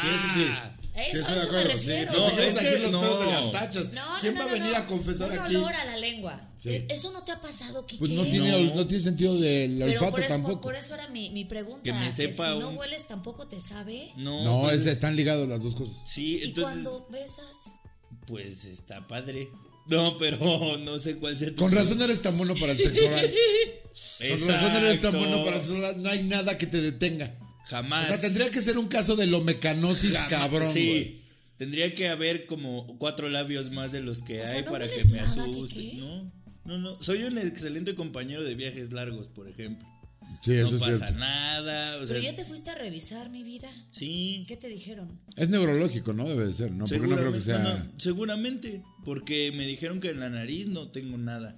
Speaker 5: Sí, sí, sí.
Speaker 3: Eso, a eso
Speaker 5: Sí, estoy de
Speaker 3: me
Speaker 5: acuerdo. sí.
Speaker 3: refiero.
Speaker 5: Pensé
Speaker 4: No,
Speaker 5: que ibas
Speaker 4: es
Speaker 5: a decir
Speaker 4: que
Speaker 5: los pedos de
Speaker 4: no.
Speaker 5: las tachas.
Speaker 3: No, no,
Speaker 5: ¿Quién
Speaker 3: no,
Speaker 5: va a
Speaker 3: no,
Speaker 5: venir
Speaker 3: no.
Speaker 5: a confesar
Speaker 3: un
Speaker 5: aquí?
Speaker 3: olor a la lengua.
Speaker 5: Sí.
Speaker 3: Eh, Eso no te ha pasado, Kike.
Speaker 5: Pues no tiene, ol- no tiene sentido del
Speaker 3: Pero
Speaker 5: olfato
Speaker 3: por eso,
Speaker 5: tampoco.
Speaker 3: Por eso era mi, mi pregunta.
Speaker 4: Que me sepa
Speaker 3: si no
Speaker 4: un-
Speaker 3: hueles tampoco te sabe.
Speaker 4: No,
Speaker 5: no,
Speaker 4: pues,
Speaker 5: es- están ligados las dos cosas.
Speaker 4: sí,
Speaker 3: y
Speaker 4: entonces
Speaker 3: cuando besas.
Speaker 4: pues está padre. No, pero no sé cuál sea tu-
Speaker 5: Con razón eres tan bueno para el sexo oral. Con razón eres tan
Speaker 4: Exacto.
Speaker 5: bueno para el sexo oral. No hay nada que te detenga. O
Speaker 4: Jamás.
Speaker 5: sea, tendría que ser un caso de lomecanosis
Speaker 4: Jamás,
Speaker 5: cabrón,
Speaker 4: Sí.
Speaker 5: güey.
Speaker 4: Tendría que haber como cuatro labios más de los que
Speaker 3: O sea,
Speaker 4: hay
Speaker 3: ¿no
Speaker 4: para
Speaker 3: hueles
Speaker 4: que me
Speaker 3: nada,
Speaker 4: asuste.
Speaker 3: Kike?
Speaker 4: No, no, no. Soy un excelente compañero de viajes largos, por ejemplo.
Speaker 5: Sí,
Speaker 4: no
Speaker 5: eso es
Speaker 4: pasa
Speaker 5: cierto.
Speaker 4: nada. O sea,
Speaker 3: Pero ya te fuiste a revisar mi vida.
Speaker 4: Sí.
Speaker 3: ¿Qué te dijeron?
Speaker 5: Es neurológico, ¿no? Debe de ser, ¿no? Porque no creo que sea.
Speaker 4: Seguramente, no, no, seguramente, porque me dijeron que en la nariz no tengo nada.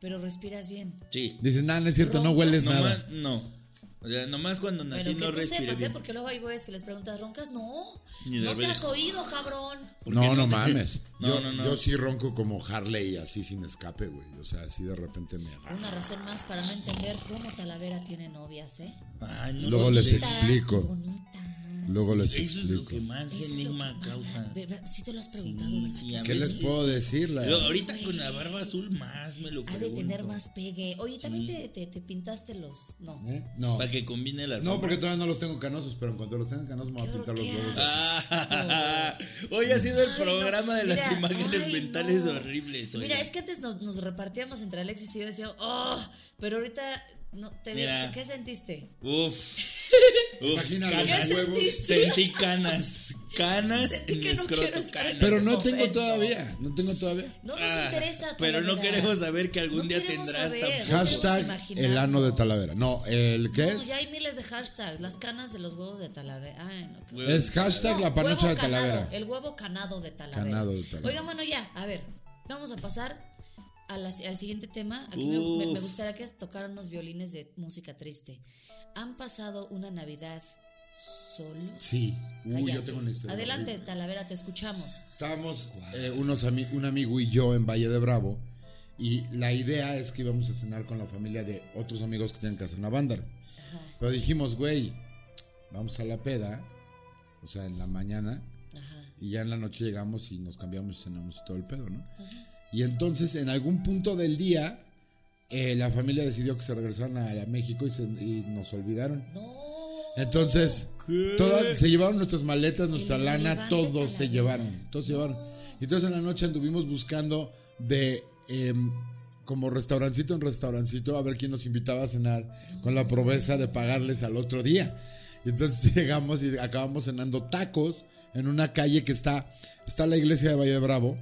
Speaker 3: Pero respiras bien.
Speaker 4: Sí.
Speaker 5: Dicen, nada, no es cierto, no hueles nada.
Speaker 4: Nomás, no. O sea, nomás cuando nací
Speaker 3: Pero que
Speaker 4: no
Speaker 3: tú
Speaker 4: respiré
Speaker 3: sepas, ¿eh?
Speaker 4: bien.
Speaker 3: Porque luego hay güeyes que les preguntas, ¿roncas? No.
Speaker 4: Ni de
Speaker 3: No te
Speaker 4: veras.
Speaker 3: has oído, cabrón.
Speaker 4: Porque
Speaker 5: no, no
Speaker 4: te-
Speaker 5: mames.
Speaker 4: No,
Speaker 5: yo,
Speaker 4: no, no.
Speaker 5: yo sí ronco como Harley, así sin escape, güey. O sea, así de repente me agarra.
Speaker 3: Una razón más para no entender cómo Talavera tiene novias, ¿eh?
Speaker 4: Ay, no
Speaker 5: Luego
Speaker 4: lo
Speaker 5: les
Speaker 4: sé.
Speaker 5: ex- Explico.
Speaker 3: Estás bonita.
Speaker 5: Luego les
Speaker 4: Eso es lo que
Speaker 5: explico.
Speaker 4: más
Speaker 3: Eso es lo que
Speaker 4: enigma
Speaker 3: manda.
Speaker 4: causa.
Speaker 3: De verdad, Sí te lo has preguntado,
Speaker 4: Sí,
Speaker 3: ¿verdad?
Speaker 4: sí, a
Speaker 5: ¿Qué
Speaker 4: mí
Speaker 5: les
Speaker 4: sí.
Speaker 5: puedo decir? la-
Speaker 4: Yo ahorita con la barba azul más me lo
Speaker 3: Ha
Speaker 4: pregunto.
Speaker 3: de tener más pegue. Oye, también te, te- te pintaste los. No.
Speaker 5: ¿Eh? No.
Speaker 4: Para que combine la
Speaker 5: No, porque todavía no los tengo canosos, pero en cuanto los tengan canosos me voy a
Speaker 3: Claro,
Speaker 5: pintar los
Speaker 3: ¿qué
Speaker 5: huevos.
Speaker 3: haces?
Speaker 4: Hoy ha sido el
Speaker 3: Ay, no, pues
Speaker 4: programa de las
Speaker 3: mira,
Speaker 4: imágenes
Speaker 3: ay,
Speaker 4: mentales
Speaker 3: no.
Speaker 4: horribles. oiga.
Speaker 3: Mira, es que antes nos, nos repartíamos entre Alexis y yo decíamos, oh, pero ahorita no te digo,
Speaker 4: Mira.
Speaker 3: ¿qué sentiste?
Speaker 4: Uf. Uf,
Speaker 5: Imagina los
Speaker 4: canas.
Speaker 3: ¿Qué
Speaker 5: huevos.
Speaker 3: sentiste?
Speaker 4: Sentí canas. Canas
Speaker 3: Sentí
Speaker 4: en
Speaker 3: que
Speaker 4: mi
Speaker 3: no
Speaker 4: escroto,
Speaker 3: quiero estar
Speaker 4: canas.
Speaker 5: Pero no
Speaker 3: Momento.
Speaker 5: tengo todavía, no tengo todavía.
Speaker 3: No nos
Speaker 4: Ah,
Speaker 3: interesa.
Speaker 4: Pero no
Speaker 3: Talavera.
Speaker 4: queremos saber que algún
Speaker 3: No
Speaker 4: día
Speaker 3: queremos
Speaker 4: tendrás
Speaker 3: saber.
Speaker 4: tampoco.
Speaker 3: Nos
Speaker 5: Hashtag
Speaker 3: imaginamos.
Speaker 5: el ano de Talavera. No, el que
Speaker 3: No,
Speaker 5: es.
Speaker 3: ya hay miles de hashtags. Las canas de los huevos de Talavera. Ay, no. qué-
Speaker 4: Huevos.
Speaker 5: Es hashtag
Speaker 3: No,
Speaker 5: la panocha
Speaker 3: huevo
Speaker 5: de
Speaker 3: canado,
Speaker 5: Talavera.
Speaker 3: El huevo canado de Talavera.
Speaker 5: Canado de Talavera.
Speaker 3: Oigan, bueno, ya, a ver. Vamos a pasar a la- al siguiente tema. Aquí me,
Speaker 4: Uf.
Speaker 3: me- me gustaría que tocaran unos violines de música triste. ¿Han pasado una Navidad solos?
Speaker 5: Sí. Uy,
Speaker 3: Allá.
Speaker 5: yo tengo una historia.
Speaker 3: Adelante, Talavera, te escuchamos.
Speaker 5: Estábamos eh, unos ami- un amigo y yo en Valle de Bravo y la idea es que íbamos a cenar con la familia de otros amigos que tienen casa en Avándaro. Pero dijimos, güey, vamos a la peda, o sea, en la mañana,
Speaker 3: Ajá.
Speaker 5: y ya en la noche llegamos y nos cambiamos y cenamos y todo el pedo, ¿no? Y entonces en algún punto del día eh, la familia decidió que se regresaran a, a México y, se- y nos olvidaron.
Speaker 3: No.
Speaker 5: Entonces, toda- se llevaron nuestras maletas, nuestra
Speaker 3: El
Speaker 5: lana,
Speaker 3: Levante
Speaker 5: todos se
Speaker 3: Talavera.
Speaker 5: llevaron. Todos se llevaron. Y entonces en la noche anduvimos buscando de em, como restaurancito en restaurancito a ver quién nos invitaba a cenar con la promesa de pagarles al otro día. Y entonces llegamos y acabamos cenando tacos en una calle que está, está la iglesia de Valle de Bravo.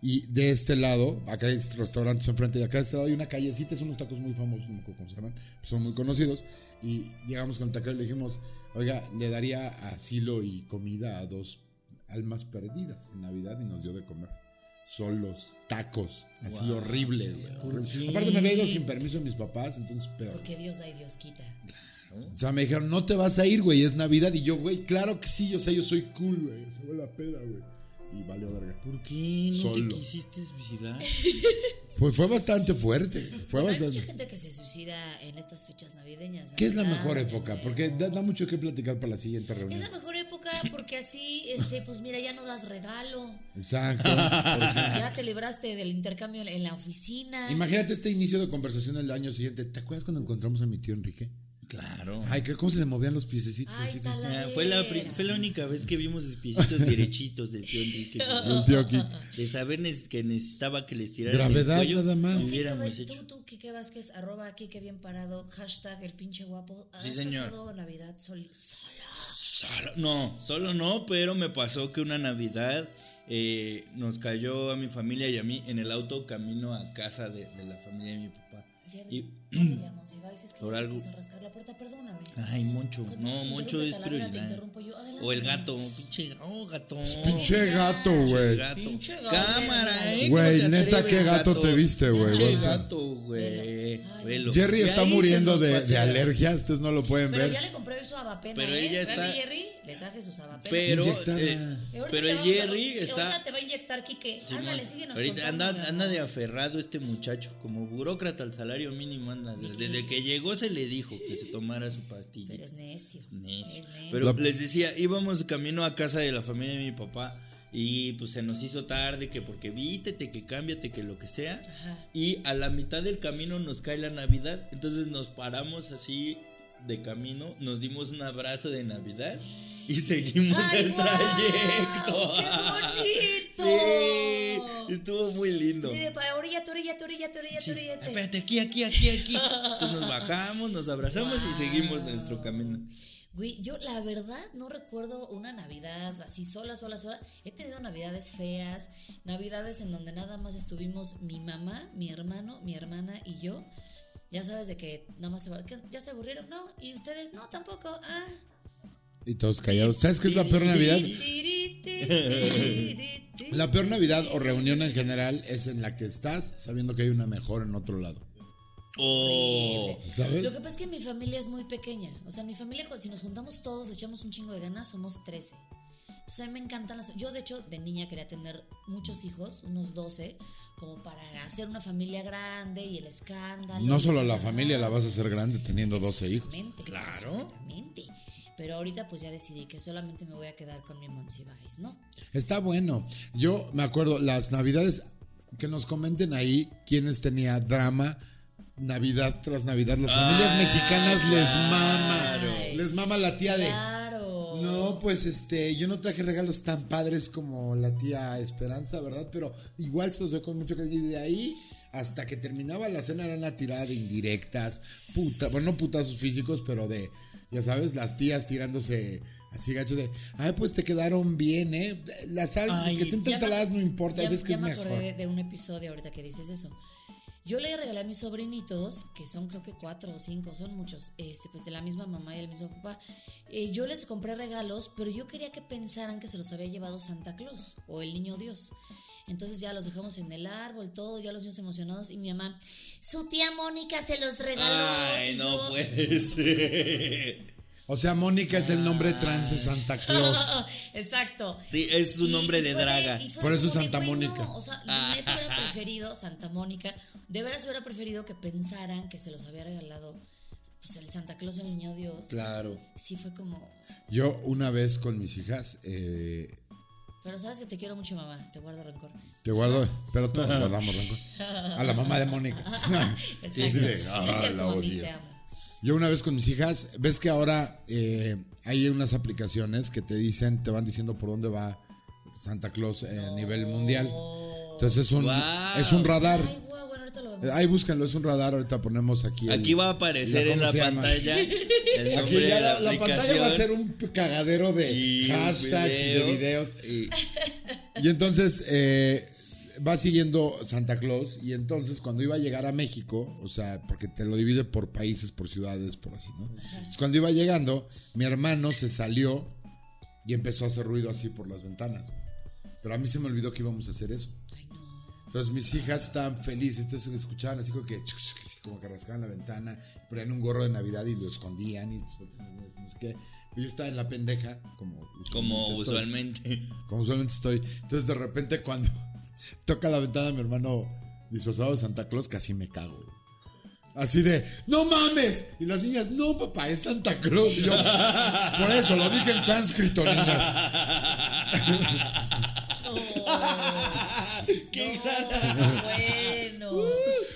Speaker 5: Y de este lado, acá hay restaurantes enfrente y acá de este lado hay una callecita, son unos tacos muy famosos, no me acuerdo cómo se llaman, pero son muy conocidos. Y llegamos con el taquero y le dijimos, oiga, le daría asilo y comida a dos almas perdidas en Navidad y nos dio de comer. Solos, tacos, así horrible, güey, horrible. Aparte me había ido sin permiso de mis papás, entonces peor.
Speaker 3: Porque Dios da y Dios quita.
Speaker 5: O sea, me dijeron, no te vas a ir, güey, es Navidad. Y yo, güey, claro que sí, o sea, yo soy cool, güey, se fue la peda, güey. Y valió verga.
Speaker 4: ¿Por qué no
Speaker 5: Solo.
Speaker 4: te quisiste suicidar?
Speaker 5: Pues fue bastante fuerte, fue
Speaker 3: Hay mucha
Speaker 5: bastante...
Speaker 3: gente que Ah. se suicida en estas fechas navideñas.
Speaker 5: ¿Qué es la
Speaker 3: Navidad,
Speaker 5: mejor época?
Speaker 3: enero.
Speaker 5: Porque da, da mucho que platicar para la siguiente
Speaker 3: Es
Speaker 5: reunión.
Speaker 3: la mejor época porque así, este, pues mira, ya no das regalo.
Speaker 5: Exacto. porque-
Speaker 3: Ya te libraste del intercambio en la oficina.
Speaker 5: Imagínate este inicio de conversación el año siguiente. ¿Te acuerdas cuando encontramos a mi tío Enrique?
Speaker 4: Claro.
Speaker 5: Ay, que cómo se le movían los piececitos.
Speaker 3: Ay,
Speaker 5: así que-
Speaker 3: tal-
Speaker 4: Ah, fue, la pri- fue la única vez que vimos los piecitos derechitos del tío Enrique.
Speaker 5: El tío aquí.
Speaker 4: De saber nes- que necesitaba que les tiraran
Speaker 5: Gravedad,
Speaker 4: el cuello,
Speaker 5: nada más.
Speaker 3: Tú, Kike
Speaker 4: Hubiéramos
Speaker 3: Vázquez,
Speaker 4: hecho.
Speaker 3: Tú, tú, Kike Vázquez, arroba aquí que bien parado, hashtag el pinche guapo. ¿Has
Speaker 4: Sí, señor.
Speaker 3: pasado Navidad sol- solo?
Speaker 4: Solo, no, solo no, pero me pasó que una Navidad eh, nos cayó a mi familia y a mí en el auto camino a casa de, de la familia de mi papá.
Speaker 3: Ayer,
Speaker 4: Y-
Speaker 3: no, León, si vais, es que
Speaker 4: Por
Speaker 3: ya
Speaker 4: algo- Ah,
Speaker 3: vamos a rascar la puerta, perdóname.
Speaker 4: Ay, Moncho.
Speaker 3: Cuando
Speaker 4: No,
Speaker 3: te
Speaker 4: Moncho
Speaker 3: interrumpe
Speaker 4: es
Speaker 3: Talavera, te
Speaker 4: prioridad.
Speaker 3: interrumpo yo. Adelante,
Speaker 4: O el
Speaker 3: León.
Speaker 4: gato, pinche oh, gato.
Speaker 5: Pinche gato,
Speaker 4: Pinche
Speaker 5: güey.
Speaker 4: gato.
Speaker 3: Pinche gato.
Speaker 4: Cámara, eh.
Speaker 5: Güey,
Speaker 4: ¿Cómo te
Speaker 5: neta,
Speaker 4: atreves,
Speaker 5: qué gato te viste, güey,
Speaker 4: Pinche
Speaker 5: guapa.
Speaker 4: gato, güey.
Speaker 3: Ay.
Speaker 4: Velo.
Speaker 5: Jerry
Speaker 4: Y
Speaker 5: está
Speaker 4: ahí se
Speaker 5: muriendo
Speaker 4: nos
Speaker 5: de,
Speaker 4: pasó.
Speaker 5: de alergia. Ustedes no lo pueden
Speaker 3: Pero
Speaker 5: ver.
Speaker 3: ya le compré su abapena,
Speaker 4: Pero
Speaker 3: ¿eh?
Speaker 4: ella está-
Speaker 3: ¿Ve, mi Jerry? Le traje sus abapenas.
Speaker 4: Pero,
Speaker 5: Inyectada.
Speaker 4: eh,
Speaker 3: Y ahorita
Speaker 4: pero
Speaker 3: te
Speaker 4: el
Speaker 3: vamos a-
Speaker 4: Jerry está.
Speaker 3: Ahorita te va a inyectar, Kike.
Speaker 4: Simón,
Speaker 3: Ándale, síguenos
Speaker 4: Ahorita
Speaker 3: contando,
Speaker 4: anda,
Speaker 3: mi amor.
Speaker 4: anda de aferrado este muchacho, como burócrata al salario mínimo, anda. Desde que llegó se le dijo que se tomara su pastilla.
Speaker 3: Pero es necio.
Speaker 4: Necio.
Speaker 3: Es necio.
Speaker 4: Pero
Speaker 5: La-
Speaker 4: les decía, íbamos camino a casa de la familia de mi papá y pues se nos hizo tarde, que porque vístete, que cámbiate, que lo que sea. Y a la mitad del camino nos cae la Navidad, entonces nos paramos así de camino, nos dimos un abrazo de Navidad y seguimos
Speaker 3: ¡Ay,
Speaker 4: el
Speaker 3: guau!
Speaker 4: trayecto.
Speaker 3: ¡Qué
Speaker 4: Sí,
Speaker 3: bonito!
Speaker 4: estuvo muy lindo.
Speaker 3: Sí, de pa- orillate, orillate, orillate, orillate,
Speaker 4: Sí.
Speaker 3: orillate.
Speaker 4: Espérate, aquí, aquí, aquí, aquí. Entonces nos bajamos, nos abrazamos y seguimos nuestro camino.
Speaker 3: Güey, yo la verdad no recuerdo una Navidad así sola, sola, sola. He tenido Navidades feas, Navidades en donde nada más estuvimos mi mamá, mi hermano, mi hermana y yo. Ya sabes de que nada más se va- ¿qué? ya se aburrieron, ¿no? Y ustedes no tampoco. Ah.
Speaker 5: Y todos callados. ¿Sabes qué es la peor Navidad?
Speaker 3: Tiri, tiri, tiri, tiri, tiri.
Speaker 5: La peor Navidad o reunión en general es en la que estás sabiendo que hay una mejor en otro lado.
Speaker 4: Oh,
Speaker 5: ¿Sabes?
Speaker 3: Lo que pasa es que mi familia es muy pequeña. O sea, mi familia, cu- si nos juntamos todos, le echamos un chingo de ganas, somos 13. Entonces, a mí me encantan las. Yo, de hecho, de niña quería tener muchos hijos, unos 12, como para hacer una familia grande y el escándalo.
Speaker 5: No
Speaker 3: y-
Speaker 5: solo la familia la vas a hacer grande teniendo 12 hijos.
Speaker 3: Exactamente,
Speaker 4: Claro.
Speaker 3: Exactamente. Pero ahorita, pues ya decidí que solamente me voy a quedar con mi Monsiváis, ¿no?
Speaker 5: Está bueno. Yo me acuerdo, las navidades, que nos comenten ahí quiénes tenía drama. Navidad tras Navidad, las familias
Speaker 3: Ah,
Speaker 5: mexicanas les mama. Les mama la tía de.
Speaker 3: Claro.
Speaker 5: No, pues este, yo no traje regalos tan padres como la tía Esperanza, ¿verdad? Pero igual se los doy con mucho cariño. Y de ahí hasta que terminaba la cena era una tirada de indirectas, puta, bueno, no putazos físicos, pero de ya sabes, las tías tirándose así gacho de, ay, pues te quedaron bien, ¿eh? La sal,
Speaker 4: Ay,
Speaker 5: que estén tan
Speaker 3: Ya me-
Speaker 5: saladas no importa,
Speaker 3: ya-
Speaker 5: ves que
Speaker 3: ya
Speaker 5: es
Speaker 3: me
Speaker 5: mejor.
Speaker 3: acordé de, de un episodio ahorita que dices eso. Yo le regalé a mis sobrinitos, que son creo que cuatro o cinco, son muchos, este, pues de la misma mamá y el mismo papá. Eh, yo les compré regalos, pero yo quería que pensaran que se los había llevado Santa Claus o el niño Dios. Entonces ya los dejamos en el árbol, todo, ya los niños emocionados. Y mi mamá, su tía Mónica se los regaló.
Speaker 4: Ay,
Speaker 3: Y
Speaker 4: no
Speaker 3: yo,
Speaker 4: puede ser.
Speaker 5: O sea, Mónica es el nombre trans de Santa Claus.
Speaker 3: Exacto.
Speaker 4: Sí, es su nombre de
Speaker 3: fue
Speaker 4: draga.
Speaker 3: y fue
Speaker 5: Por eso
Speaker 3: como de,
Speaker 5: Santa
Speaker 3: güey, no,
Speaker 5: Mónica.
Speaker 3: o sea, la neta hubiera preferido Santa Mónica. De veras hubiera preferido que pensaran que se los había regalado pues, el Santa Claus o el Niño Dios.
Speaker 4: Claro.
Speaker 3: Sí fue como...
Speaker 5: Yo una vez con mis hijas, eh,
Speaker 3: Pero sabes que te quiero mucho, mamá. Te guardo rencor.
Speaker 5: te guardo, pero todos guardamos rencor. A la mamá de Mónica.
Speaker 3: Exacto.
Speaker 5: sí, de,
Speaker 3: no es
Speaker 5: ah,
Speaker 3: cierto,
Speaker 5: la
Speaker 3: mami,
Speaker 5: odio.
Speaker 3: te amo.
Speaker 5: Yo una vez con mis hijas, ves que ahora eh, hay unas aplicaciones que te dicen, te van diciendo por dónde va Santa Claus eh, a nivel mundial. Entonces es un,
Speaker 4: Wow.
Speaker 5: es un radar.
Speaker 3: Ay, guau, bueno, ahorita lo vemos.
Speaker 5: Ahí búscanlo, es un radar. Ahorita ponemos aquí. el-
Speaker 4: Aquí va a aparecer
Speaker 5: ¿cómo
Speaker 4: en la
Speaker 5: se llama?
Speaker 4: pantalla. el nombre
Speaker 5: Aquí
Speaker 4: de
Speaker 5: ya la,
Speaker 4: la,
Speaker 5: la pantalla va a
Speaker 4: aplicación.
Speaker 5: ser un cagadero de
Speaker 4: Y un
Speaker 5: hashtags y de
Speaker 4: video.
Speaker 5: videos. Y entonces eh, va siguiendo Santa Claus y entonces cuando iba a llegar a México, o sea, porque te lo divide por países, por ciudades, por así, ¿no? Entonces, cuando iba llegando, mi hermano se salió y empezó a hacer ruido así por las ventanas. Pero a mí se me olvidó que íbamos a hacer eso.
Speaker 3: Ay, no.
Speaker 5: Entonces mis hijas estaban felices, entonces escuchaban así como que, como que rascaban la ventana, ponían un gorro de Navidad y lo escondían y los volteaban, no sé qué. Pero yo estaba en la pendeja, como usualmente
Speaker 4: Como
Speaker 5: estoy.
Speaker 4: usualmente.
Speaker 5: Como usualmente estoy. Entonces de repente cuando toca la ventana mi hermano disfrazado de Santa Claus, casi me cago. Así de, no mames. Y las niñas, no papá, es Santa Claus. Y yo, por eso lo dije en sánscrito, niñas.
Speaker 3: Oh,
Speaker 4: ¡Qué
Speaker 3: No, bueno.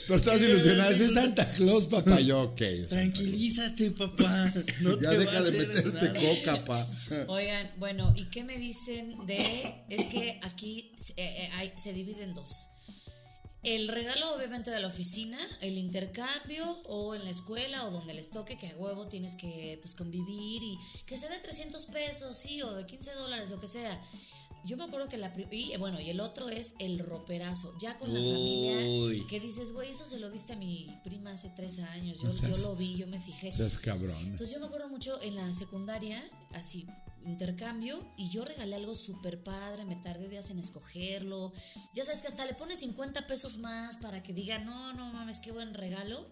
Speaker 5: Pero estabas ilusionadas, es Santa Claus, papá. Y Yo, ok. es Santa
Speaker 4: Tranquilízate, papá. No
Speaker 5: ya
Speaker 4: te va
Speaker 5: deja
Speaker 4: a
Speaker 5: de
Speaker 4: hacer
Speaker 5: meterte
Speaker 4: nada.
Speaker 5: coca, pa.
Speaker 3: Oigan, bueno, ¿y qué me dicen de.? Es que aquí se- eh, eh, hay- se divide en dos. El regalo, obviamente, de la oficina, el intercambio, o en la escuela, o donde les toque, que a huevo tienes que pues, convivir y que sea de 300 pesos, sí, o de 15 dólares, lo que sea. Yo me acuerdo que la. pri- Y eh, bueno, y el otro es el roperazo, ya con la
Speaker 4: Uy.
Speaker 3: familia, que dices, güey, eso se lo diste a mi prima hace tres años, yo,
Speaker 5: O sea,
Speaker 3: yo
Speaker 5: es-
Speaker 3: lo vi, yo me fijé.
Speaker 5: Seas cabrón.
Speaker 3: Entonces yo me acuerdo mucho en la secundaria, así, intercambio, y yo regalé algo súper padre, me tardé días en escogerlo. Ya sabes que hasta le pones 50 pesos más para que diga, no, no mames, qué buen regalo.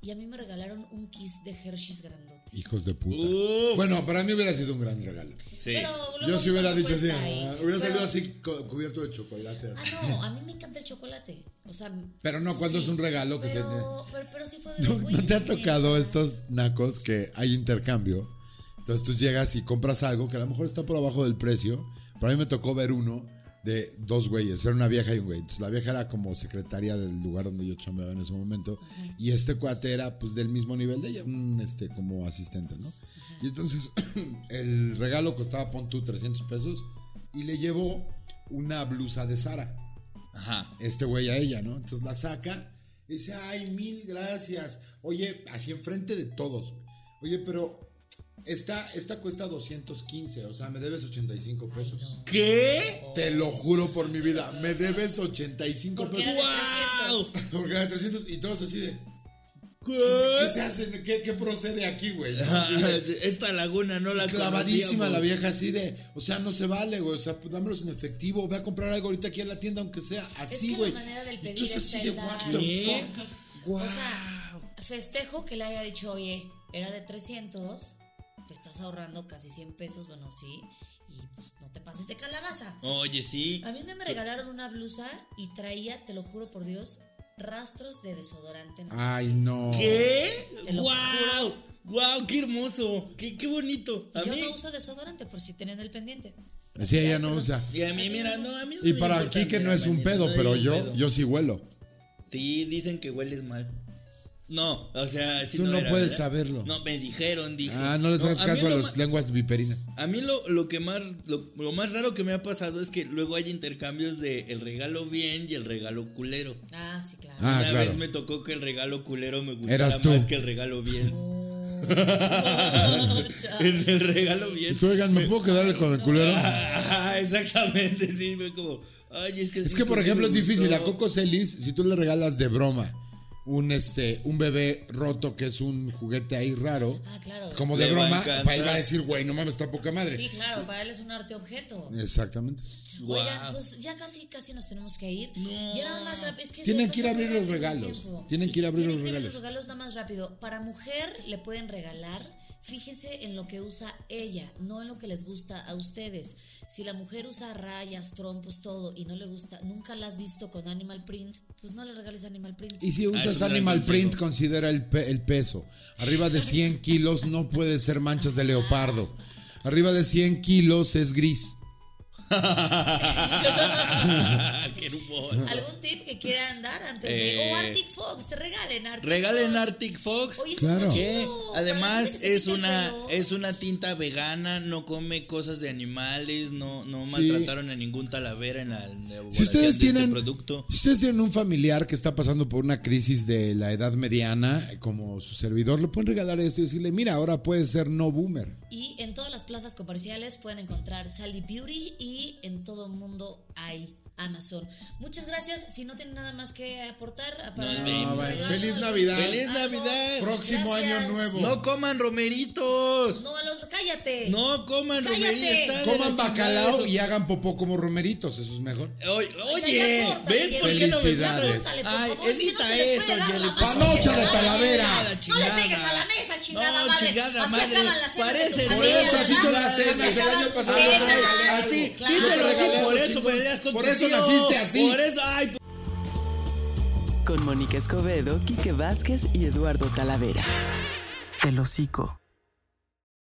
Speaker 3: Y a mí me regalaron un kiss de Hershey's grandote.
Speaker 5: Hijos de puta.
Speaker 4: Uf.
Speaker 5: Bueno, para mí hubiera sido un gran regalo.
Speaker 4: Sí.
Speaker 5: Yo sí hubiera dicho así. ah, hubiera
Speaker 3: salido
Speaker 5: salido así co- cubierto de chocolate.
Speaker 3: ¿eh? Ah, no, a mí me encanta el chocolate. O sea.
Speaker 5: Pero no, cuando es un regalo que se-
Speaker 3: pero, Pero, pero sí fue de.
Speaker 5: ¿No,
Speaker 3: güey, eh,
Speaker 5: no te ha
Speaker 3: neta.
Speaker 5: tocado estos nacos que hay intercambio? Entonces tú llegas y compras algo que a lo mejor está por abajo del precio. Pero a mí me tocó ver uno de dos güeyes. Era una vieja y un güey. Entonces la vieja era como secretaria del lugar donde yo chambeaba en ese momento. Y este cuate era pues del mismo nivel de ella, un este, como asistente, ¿no? Y entonces el regalo costaba, pon tú, 300 pesos. Y le llevó una blusa de Sara
Speaker 4: Ajá.
Speaker 5: este güey a ella, ¿no? Entonces la saca y dice, ay, mil gracias. Oye, así enfrente de todos. güey. Oye, pero esta, esta cuesta 215, o sea, me debes 85 pesos.
Speaker 4: ¿Qué?
Speaker 5: Te lo juro por mi vida, me debes 85
Speaker 3: Porque era de
Speaker 5: pesos.
Speaker 3: 300.
Speaker 5: Porque era de 300 y todos así
Speaker 3: ¿Eh?
Speaker 5: de, ¿qué
Speaker 4: ¿Qué?
Speaker 5: se hacen? ¿Qué, qué procede aquí, güey?
Speaker 4: Esta laguna no la
Speaker 5: Clavadísima
Speaker 4: conocíamos.
Speaker 5: la vieja así de, o sea, no se vale, güey, o sea, pues, dámelos en efectivo, ve a comprar algo ahorita aquí en la tienda, aunque sea
Speaker 3: que
Speaker 5: así,
Speaker 3: la
Speaker 5: güey.
Speaker 3: manera del pedir
Speaker 5: Entonces
Speaker 3: es ¿eh?
Speaker 5: así de,
Speaker 3: el
Speaker 5: what
Speaker 3: dar.
Speaker 5: the
Speaker 4: ¿Qué?
Speaker 5: fuck,
Speaker 3: O
Speaker 5: Guau.
Speaker 3: sea, festejo que le haya dicho, oye, era de 300, te estás ahorrando casi 100 pesos, bueno, sí, y pues no te pases de calabaza.
Speaker 4: Oye, sí.
Speaker 3: A mí un día me regalaron una blusa y traía, te lo juro por Dios, rastros de desodorante. en las
Speaker 5: Ay,
Speaker 3: axilas.
Speaker 5: no.
Speaker 4: ¿Qué?
Speaker 3: Te lo
Speaker 4: ¡Wow!
Speaker 3: juro.
Speaker 4: ¡Wow! ¡Qué hermoso! ¡Qué, qué bonito! A
Speaker 3: Y yo
Speaker 4: mí.
Speaker 3: no uso desodorante por si tienen el pendiente.
Speaker 5: Sí, ella no usa.
Speaker 4: Y a mí, mira, no, a mí no
Speaker 5: Y
Speaker 4: me
Speaker 5: para
Speaker 4: importa,
Speaker 5: aquí que
Speaker 4: mira,
Speaker 5: no es un
Speaker 4: mañana
Speaker 5: pedo,
Speaker 4: doy
Speaker 5: pero
Speaker 4: un
Speaker 5: yo,
Speaker 4: pedo.
Speaker 5: yo sí huelo.
Speaker 4: Sí, dicen que hueles mal. No, o sea, sí
Speaker 5: Tú no
Speaker 4: era,
Speaker 5: puedes
Speaker 4: ¿verdad?
Speaker 5: saberlo.
Speaker 4: No, me dijeron, dije.
Speaker 5: Ah, no les hagas
Speaker 4: mí
Speaker 5: caso a
Speaker 4: lo
Speaker 5: las
Speaker 4: ma-
Speaker 5: lenguas viperinas.
Speaker 4: A mí lo, lo que más lo, lo más raro que me ha pasado es que luego hay intercambios de el regalo bien y el regalo culero.
Speaker 3: Ah, sí, claro.
Speaker 5: Ah,
Speaker 4: Una
Speaker 5: claro.
Speaker 4: vez me tocó que el regalo culero me gustaba
Speaker 5: Eras tú.
Speaker 4: más que el regalo bien. Ah, en el regalo bien.
Speaker 5: Y tú, oigan, ¿me puedo quedar con el culero?
Speaker 4: Ah, exactamente, sí, fue como. Ay, es que. el
Speaker 5: Es que,
Speaker 4: disco
Speaker 5: por
Speaker 4: sí
Speaker 5: ejemplo,
Speaker 4: me
Speaker 5: es difícil.
Speaker 4: gustó.
Speaker 5: A Coco Celis, si tú le regalas de broma un, este, un bebé roto, que es un juguete ahí raro,
Speaker 3: Ah, claro.
Speaker 5: como de
Speaker 4: Le va a
Speaker 5: broma,
Speaker 4: encantar.
Speaker 5: pa- él va a decir, güey, no mames, está poca madre.
Speaker 3: Sí, claro, para él es un arte objeto.
Speaker 5: Exactamente.
Speaker 4: Guau.
Speaker 3: Oigan, pues ya casi, casi nos tenemos que ir. Y ahora nada más rap- es que
Speaker 5: Tienen
Speaker 3: se
Speaker 5: que ir a
Speaker 3: pasó
Speaker 5: abrir los
Speaker 3: rápido el
Speaker 5: regalos.
Speaker 3: tiempo.
Speaker 5: Tienen que ir a abrir
Speaker 3: Tienen
Speaker 5: los
Speaker 3: que ir a abrir
Speaker 5: regalos.
Speaker 3: los regalos nada más rápido. Para mujer le pueden regalar, fíjense en lo que usa ella, no en lo que les gusta a ustedes. Si la mujer usa rayas, trompos, todo y no le gusta, nunca la has visto con animal print, pues no le regales animal print.
Speaker 5: Y si
Speaker 4: Ah, es un
Speaker 5: usas
Speaker 4: gran
Speaker 5: Animal
Speaker 4: consejo.
Speaker 5: Print, considera el, pe- el peso. Arriba de 100 kilos no puede ser manchas de leopardo. Arriba de 100 kilos es gris.
Speaker 4: Qué hermoso.
Speaker 3: ¿Algún tip que quieran dar antes de.?
Speaker 4: Eh,
Speaker 3: O Arctic Fox, te regalen Arctic
Speaker 4: Regalen
Speaker 3: Fox.
Speaker 4: Arctic Fox.
Speaker 3: Oye, eso
Speaker 5: Claro.
Speaker 3: está
Speaker 4: Que
Speaker 3: chido. para la gente
Speaker 4: además
Speaker 3: que se
Speaker 4: es
Speaker 3: quita el
Speaker 4: una
Speaker 3: pelo.
Speaker 4: es una tinta vegana, no come cosas de animales, no no
Speaker 5: Sí.
Speaker 4: maltrataron a ningún talavera en la elaboración
Speaker 5: Si ustedes,
Speaker 4: de este
Speaker 5: tienen,
Speaker 4: producto.
Speaker 5: si ustedes tienen un familiar que está pasando por una crisis de la edad mediana, eh, como su servidor, le pueden regalar esto y decirle, mira, ahora puedes ser no boomer.
Speaker 3: Y en todas las plazas comerciales pueden encontrar Sally Beauty y en todo el mundo hay Amazon. Muchas gracias. Si no tienen nada más que aportar, para
Speaker 4: No,
Speaker 3: el
Speaker 5: vale.
Speaker 3: regalo,
Speaker 5: Feliz
Speaker 3: el
Speaker 5: Navidad.
Speaker 4: Feliz
Speaker 3: algo,
Speaker 4: Navidad.
Speaker 5: Próximo año nuevo.
Speaker 4: No coman romeritos.
Speaker 3: No a los. Cállate.
Speaker 4: No coman
Speaker 3: Cállate.
Speaker 4: romeritos. está de la
Speaker 5: Coman
Speaker 4: chingada
Speaker 5: bacalao
Speaker 4: eso.
Speaker 5: y hagan popó como romeritos, eso es mejor.
Speaker 4: Oy-
Speaker 3: Ya,
Speaker 4: Oye,
Speaker 3: ya, córtale,
Speaker 4: ¿ves por qué no me
Speaker 5: Felicidades.
Speaker 4: mandas?
Speaker 3: Córtale, por
Speaker 4: Ay,
Speaker 3: favor, es que no
Speaker 4: evita
Speaker 3: se les puede
Speaker 4: eso,
Speaker 3: dar la
Speaker 4: Jelly.
Speaker 3: mano.
Speaker 5: ¡Panocha de Talavera!
Speaker 4: Ah, la
Speaker 3: No le
Speaker 4: chingada.
Speaker 3: pegues a la mesa, chingada
Speaker 4: No,
Speaker 3: madre.
Speaker 4: chingada
Speaker 3: Así
Speaker 4: madre.
Speaker 3: acaban las cenas de
Speaker 4: Parece
Speaker 3: tu
Speaker 4: por
Speaker 3: familia,
Speaker 4: eso así son
Speaker 3: ¿verdad?
Speaker 4: las cenas,
Speaker 3: Así
Speaker 4: el
Speaker 3: acaban
Speaker 5: año pasado
Speaker 3: cenas.
Speaker 5: no regalé algo.
Speaker 4: Así,
Speaker 3: Claro.
Speaker 4: díselo así,
Speaker 5: Claro.
Speaker 4: por eso peleas con
Speaker 5: Por
Speaker 4: tu
Speaker 5: eso
Speaker 4: tío,
Speaker 5: naciste así.
Speaker 4: Por eso, ay, p-
Speaker 2: Con Mónica Escobedo, Quique Vázquez y Eduardo Talavera. El hocico.